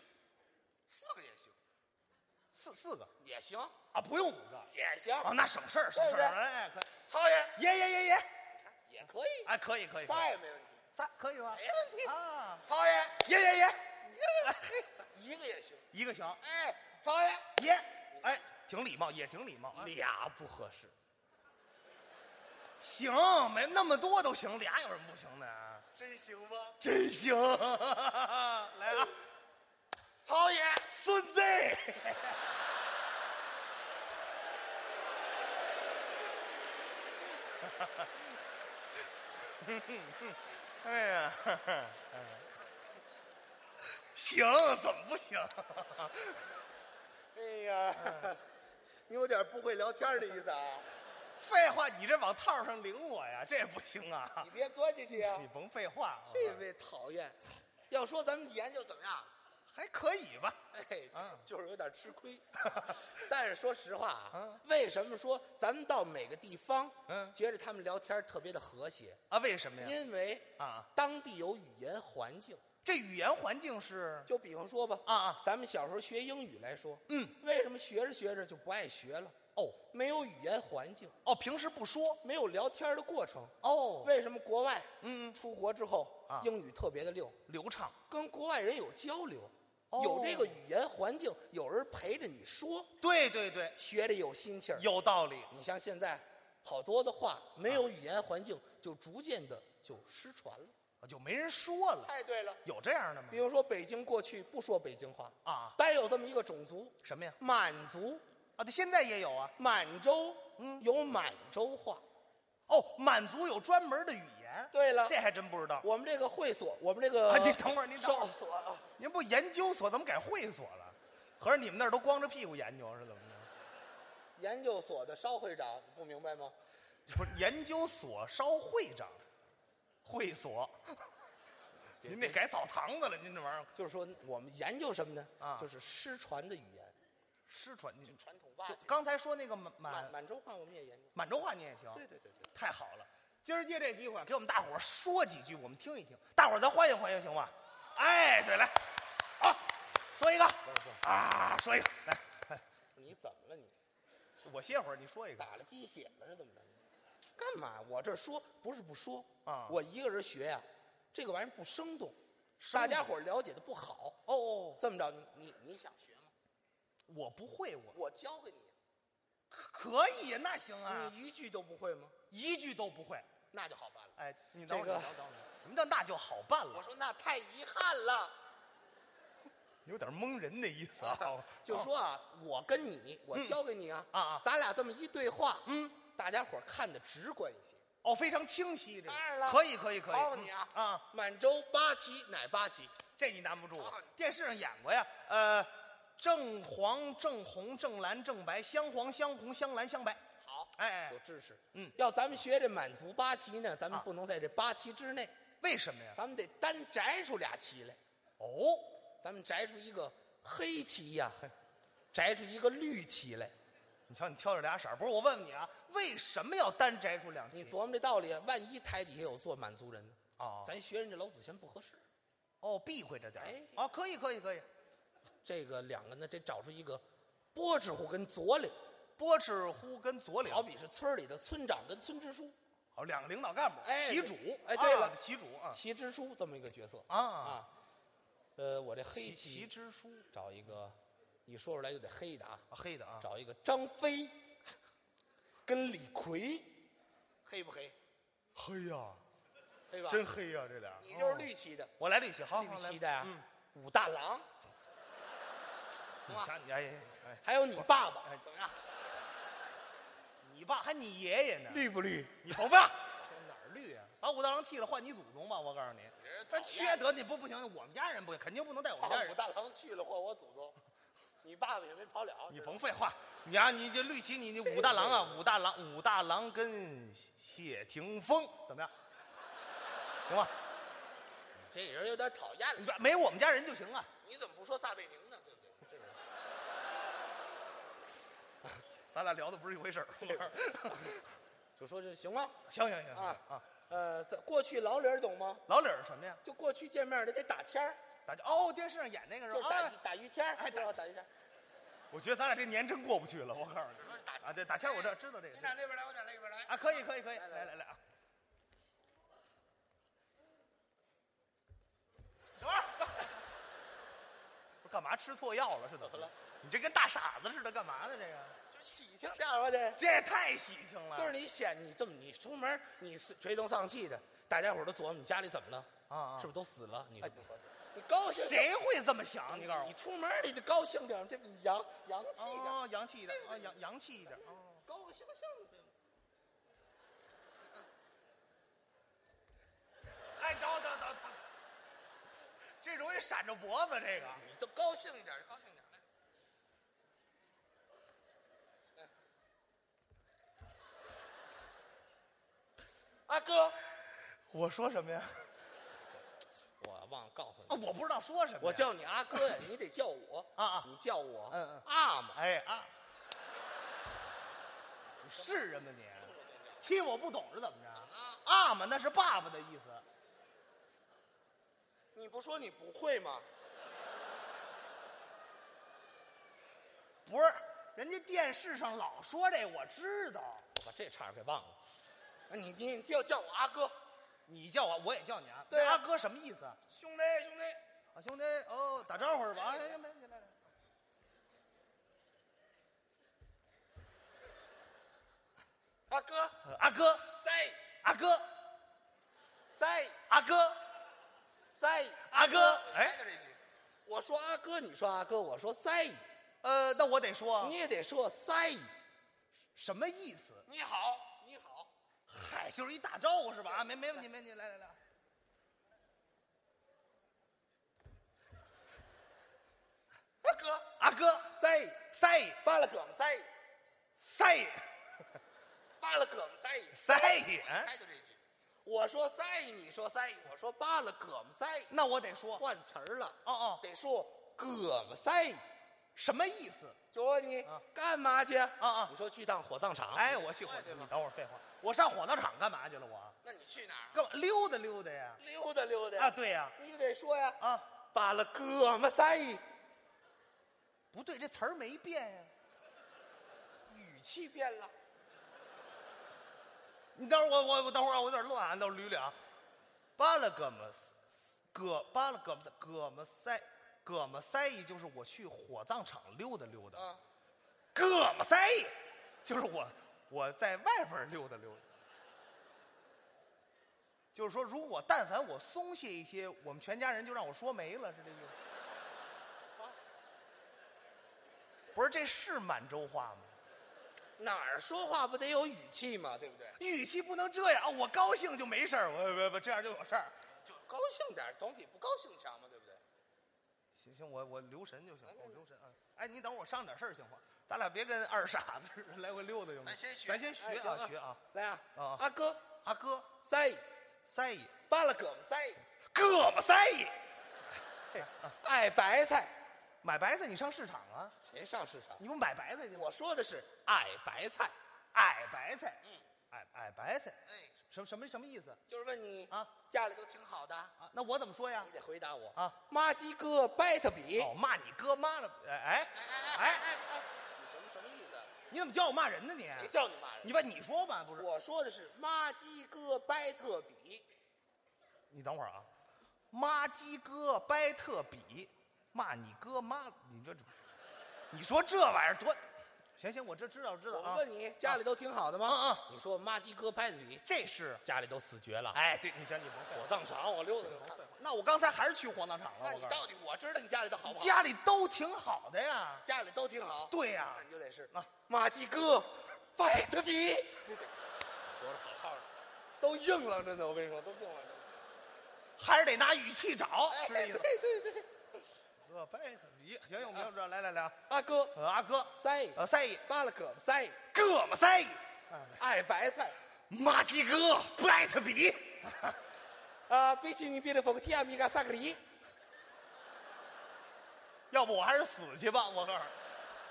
四个也行，
四四个
也行，
啊，不用五个啊，
也行。
那省事儿省事
对
儿，
不对
哎，可以，
曹爷
爷爷爷爷，
也可以，
哎，可以可以，可以
仨也没问题，
仨可以吗？
没问题。
啊，
曹爷，
爷爷爷，
一个也行。
一个行，
哎，曹爷，
爷，哎，挺礼貌，也挺礼貌，
俩不合适。
行，没那么多都行，俩有什么不行的啊？
真行吗？
真行，来啊，
曹爷，
孙子， 哎呀，行，怎么不行？
哎呀， 你有点不会聊天的意思啊！
废话，你这往套上领我呀，这也不行啊
你！别钻进去啊
你！甭废话，啊
这位讨厌，要说咱们研究怎么样？
还可以吧？
哎
啊，
就是有点吃 亏。但是说实话啊
啊，
为什么说咱们到每个地方，
嗯
觉着他们聊天特别的和谐？
啊，为什么呀？
因为
啊，
当地有语言环境。
这语言环境是
就比方说吧，
啊啊
咱们小时候学英语来说，
嗯，
为什么学着学着就不爱学了？
哦
没有语言环境，
哦，平时不说
没有聊天的过程。
哦，
为什么国外
嗯，
出国之后
啊
英语特别的溜，
流畅
跟国外人有交流，
哦
有这个语言环境，有人陪着你说，
对对对，
学着有心气儿。
有道理。
你像现在好多的话，没有语言环境，就逐渐的就失传了。
就没人说了，
太对了，
有这样的吗
比？如说北京过去不说北京话，
啊，
单有这么一个种族
什么呀？
满族，
啊，对，现在也有啊。
满洲
嗯
有满洲话。
哦，满族有专门的语言，
对了
这还真不知道。
我们这个会所，我们这个
啊您等会儿您等会
哨
儿
所啊，
您不研究所怎么改会所了？合着你们那儿都光着屁股研究是怎么着？
研究所的稍会长不明白吗？
不是研究所烧会长，会所， 您这改澡堂子了？您这玩意儿
就是说我们研究什么呢？
啊
就是失传的语言，
失传。您
传统挖掘。
刚才说那个满
满
满
满洲话我们也研究。
满洲话你也行，
对对对对，
太好了！今儿借这机会，给我们大伙儿说几句，我们听一听。大伙儿咱欢迎欢迎，行吗？哎，对，来，好，说一个啊，说一个，来，
你怎么了你？
我歇会儿，你说一个。
打了鸡血了是怎么着？干嘛？我这说不是不说
啊
我一个人学呀、这个玩意儿不生动，大家伙儿了解的不好。
哦哦，
这么着，你你你想学吗？
我不会，我
我教给你，
可以，那行啊，
你一句都不会吗？
一句都不会。
那就好办了。
哎，你等会
这
儿，
个
你等会儿，什么叫那就好办
我
了？
说那太遗憾 了，，
有点蒙人的意思啊
就说啊，我跟你，我教给你啊，
啊啊
咱俩这么一对话，
嗯，
大家伙儿看得直观一些。
哦，非常清晰，这个
当然了
可以，可以，可以，
考考你啊
嗯啊，
满洲八旗哪八旗？
这你难不住
考
我
考你，
电视上演过呀，呃，正黄、正红、正蓝、正白，镶黄、镶红、镶蓝、镶白，
好，
哎哎
有知识。
嗯
要咱们学这满族八旗呢，咱们
啊
不能在这八旗之内，
为什么呀？
咱们得单摘出俩旗来。
哦，
咱们摘出一个黑旗呀、摘出一个绿旗来。
你瞧你挑着俩色儿，不是我问问你啊，为什么要单摘出两
你
旗？
琢磨这道理，万一台底下有做满族人呢？
哦
咱学人家老祖先不合适。
哦，避讳着点
哎
儿，哦，可以，可以，可以，
这个两个呢，得找出一个波指户跟左领，
波赤忽跟左领，
好比是村里的村长跟村支书、
好两个领导干部，
哎
旗主，
哎对
啊
了
旗主啊，
旗支书这么一个角色
啊
呃，我这黑
旗
旗
之书，
找一个，一说出来就得黑的啊，
啊黑的啊，
找一个张飞跟李逵，黑不黑？
黑呀，
黑吧？
真黑呀，这俩，哦
你就是绿旗的，
我来绿旗，好，
绿
好来
旗的呀
嗯，
武大郎，
你瞧你，哎哎哎，
还有你爸爸
哎，
怎么样？
你爸还你爷爷呢，
绿不绿？
你头发哪儿绿啊？把武大郎剃了，换你祖宗吧！我告诉你，他缺德，你不不行，我们家人不肯定不能带我们
跑
家哎人
武。大郎去了，换我祖宗，你爸爸也没跑了。
你甭废话，你啊，你这绿旗，你你武大郎啊，武大郎，武大郎跟谢霆锋怎么样？行吧，
这人有点讨厌
你
了，
把没我们家人就行啊。
你怎么不说撒贝宁呢？对不对？是不是？
咱俩聊的不是一 回事儿。
就说这行吗？
行行行
啊
啊，
呃，在过去老理儿懂吗？
老李儿什么呀？
就过去见面得得打签儿，
打架哦，电视上演那个
就是是
吧？
打
啊
鱼打鱼签儿，
哎
知道吧打鱼签儿。
我觉得咱俩这年真过不去了，我告诉
只说是
你
打。
啊，对，打签儿我这知道这个
你。打那边来，我打那边来。
啊，可以可以可以，
来
来
来来
来来啊！等会儿，等会儿 不是干嘛吃错药了？是怎么
怎么
了
了？
你这跟大傻子似的，干嘛呢？这个
就喜庆点儿吧，这
这也太喜庆了，
就是你显你这么你出门儿你是垂头丧气的，大家伙儿都琢磨你家里怎么了，
啊啊
是不是都死了？你
哎
不合适你高兴
谁会这么想？你告诉
你
我，
出门儿你得高兴点儿，这洋洋气点儿，
哦，洋气一点啊，洋洋气一点哦。
高高兴兴的。对吧
哎，等等等等，这容易闪着脖子，这个
你都高兴一点儿，高兴一点儿。来来阿啊哥，
我说什么呀？
我忘了告诉
啊，
你，
我不知道说什么呀。
我叫你阿哥呀，你得叫我
啊啊
你叫我，
嗯嗯
阿玛，
哎啊，你是人吗你？欺负我不懂是怎么着？啊嘛，那是爸爸的意思。
你不说你不会吗？
不是，人家电视上老说这，我知道。
我把这茬儿给忘了。你你你叫叫我阿哥，
你叫我，我也叫你啊。
对啊
阿哥什么意思啊？
兄弟兄弟，
啊，兄弟，哦，打招呼是吧？啊，行行，没你来来。
阿哥，
呃阿哥，
塞
阿哥，
塞
阿哥，
塞，
阿哥哎
来这一句，我说阿哥，你说阿哥，我说塞，
呃，那我得说
你也得说塞。
什么意思？
你好，你好，
嗨，就是一打招呼是吧？啊，没没问题，没问题，来来来。
阿哥，
阿哥，
塞，
塞
巴拉梗塞，
塞
巴拉梗塞，
塞，哎
塞就这句。我说塞，你说塞，我说巴拉葛么塞，
那我得说
换词儿了。
哦哦
得说葛么塞。
什么意思？
就问你
啊
干嘛去？啊
啊
你说去趟火葬场。
哎，我去火
哎对
葬，你
吧？
等会儿废话，我上火葬场干嘛去了？我
那你去哪儿？啊
干嘛溜达溜达呀？
溜达溜达
啊，，对呀，
你就得说呀，
啊，
巴拉葛么塞，
不对，这词儿没变呀。
语气变
啊
了。
你等会儿我我我等会儿啊我有点乱啊，等会儿捋捋啊。巴拉格姆斯葛巴拉葛么塞葛么塞葛么塞伊就是我去火葬场溜达溜达，
啊，
葛么塞伊就是我我在外边溜达溜达。就是说，如果但凡我松懈一些，我们全家人就让我说没了，是这意思？不是，这是满洲话吗？
哪儿说话不得有语气嘛，对不对？
语气不能这样，哦我高兴就没事儿，我我我这样就有事儿。
就高兴点儿，总比不高兴强嘛，对不对？
嗯行行，我我留神就行，
来
我留神啊。哎，你等会儿我上点事儿行吗？咱俩别跟二傻子似的来回溜达行吗？
咱先学
咱先学
哎行
啊
啊
学啊。
来啊，
啊
阿哥
阿哥，
塞
塞爷，
扒拉胳膊塞，
胳膊塞爷，
爱白菜，
买白菜你上市场啊？
谁上市场？
你不买白菜去吗？
我说的是爱白菜，
矮白菜，
嗯，
矮矮白菜，
哎，
什么什么什么意思
就是问你
啊，
家里都挺好的，
啊？那我怎么说呀
你？得回答我
啊，
妈鸡哥掰他比，
哦，骂你哥妈了，哎
哎哎
哎
哎哎
哎，
哎，你什么什么意思？
你怎么叫我骂人呢你？
谁叫你骂人？
你把你说吧，不是？
我说的是妈鸡哥掰特比，
你等会儿啊，妈鸡哥掰特比，骂你哥妈，你这，你说这玩意儿多，行行，我这知道知道
我
啊。
问你家里都挺好的吗？
啊啊，
你说妈鸡哥掰特比，
这是，
家里都死绝了，
哎，对，你行，你甭废
火
话。
葬场我溜达溜达。
那我刚才还是去火葬场了，
那
我
你
告诉
到底我知道你家里头好
你，
不好？
哎家里都挺好的呀。
家里都挺好，
对呀、
那你就得是
啊
马季哥，拜特比，你得活得好好的，都硬了，真的，我跟你说，都硬了。
还是得拿语气找，
哎
是这意思吗。
对对对，
呃，掰扯皮，行行，我们要这，来来来啊，
阿哥
呃，阿哥，
塞
呃，塞爷，
扒拉胳膊塞，
胳膊塞爷，
爱白菜。
马鸡哥，掰特比，
啊，比起你别的福提亚米嘎萨克里，
要不我还是死去吧，我告诉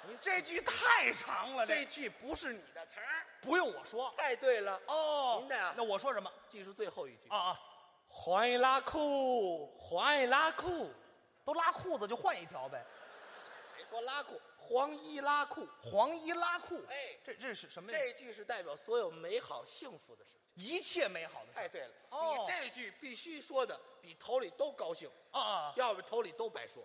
你，你这句太长了，
这句不是你的词儿，
不用我说
太对了。啊
哦
您的呀
那我说什么
记住最后一句，
啊啊？
换拉裤，换拉裤，
都拉裤子就换一条呗，
谁说拉裤？黄衣拉裤，
黄衣拉裤，
哎
这这是什么意思？
这句是代表所有美好幸福的事。
一切美好的事
太对了，
哦
你这句必须说的比头里都高兴，
啊啊，
要不头里都白说。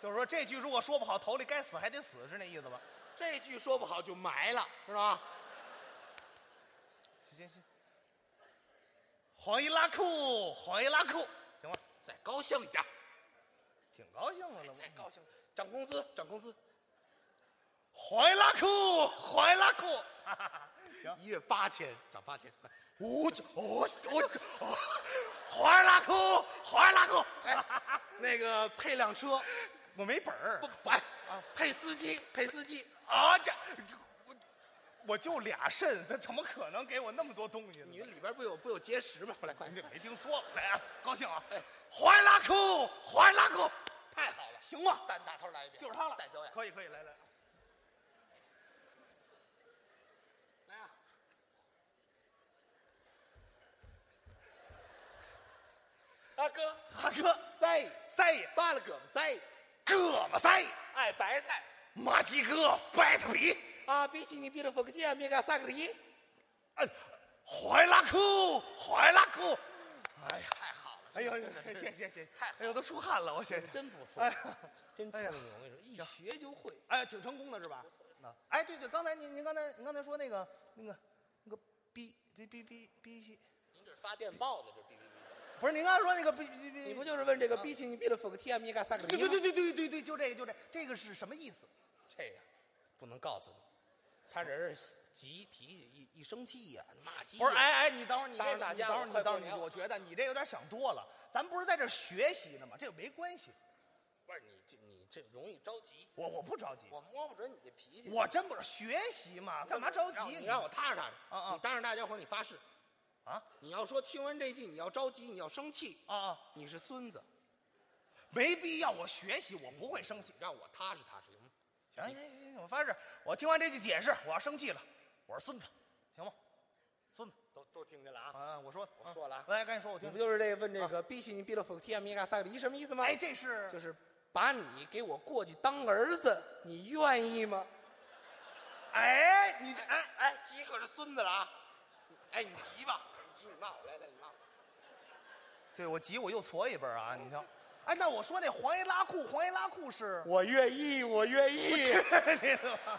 就是说这句如果说不好，头里该死还得死，是那意思吧？
这句说不好就埋了，是吧？
行行行，黄衣拉裤，黄衣拉裤，行吧，
再高兴一点，
挺高兴的了。
再高兴，涨工资，涨工资，
黄衣拉裤，黄衣拉裤，哈哈哈行，
一月八千，涨八千。
五九五哦，黄衣拉裤，黄衣拉裤，
哎，那个配辆车，
我没本儿
不，哎，配司机，配司机，
啊这。我我就俩肾，他怎么可能给我那么多东西呢？
你里边不有不有结石吗？来，快
你，这没听说，来啊，高兴啊
哎！
黄衣拉裤，黄衣拉裤，
太好了，
行吗？
单打头来一遍，
就是他了
带表演，
可以可以，来来，
来啊！大哥，
阿哥，
塞，
塞爷，
扒拉胳膊塞，
胳膊塞爷。
爱白菜。
马鸡哥掰特比，
啊，比起你比的福克斯啊，米嘎萨克里，
呃，怀拉库，怀拉库，哎呀，
太好了，
哎呦，哎呦，谢谢谢谢，
太好了
哎呦，都出汗了，我谢谢，
真不错
哎，呀，
真聪
哎呀
明，我跟你说，一学就会。
哎呀，挺成功的是吧？那，哎，对对，刚才您您刚才您刚才说那个那个那个哔哔哔哔哔西，
您这是发电报呢，这哔哔哔。
不是您刚才说那个哔哔哔，
你不就是问这个比起你比的福克斯啊，米嘎萨克里
对
吗？
对对对对对对，就这个就这个，这个是什么意思？
这样不能告诉你，他人是急脾气，一一生气呀、骂街。
不是，，哎哎，你等会儿你这
当着大家
你等会儿
我
你
快
等
过
会儿你，
年了
我觉得你这有点想多了，咱不是在这儿学习呢吗？这个没关系，
不是你这你这容易着急，
我我不着急，
我摸不准你这脾气。
我真不是学习嘛，干嘛着急
让
呢？
啊你让我踏实踏实。
啊啊
你当着大家伙儿，你发誓，
啊
你要说听完这句你要着急，你要生气，
啊啊！
你是孙子，
没必要，我学习，我不会生气。
让我踏实踏实行吗？
行行行行，我发誓，我听完这句解释，我要生气了，我是孙子，行吗？孙子
都都听见了啊！
啊，我说的，
我说了啊
来，赶紧说，我
你
听
不。就是这个问这个“比起你比勒福提亚米嘎啊萨克里”什么意思吗？
哎，这是
就是把你给我过去当儿子，你愿意吗？
哎，你哎，
哎，急可是孙子了啊！哎，你急吧，你急你骂我来来，你骂我。
对我急我又矬一本啊！你瞧，哎，那我说那黄衣拉裤，黄衣拉裤是
我愿意，我愿意。
你知道吗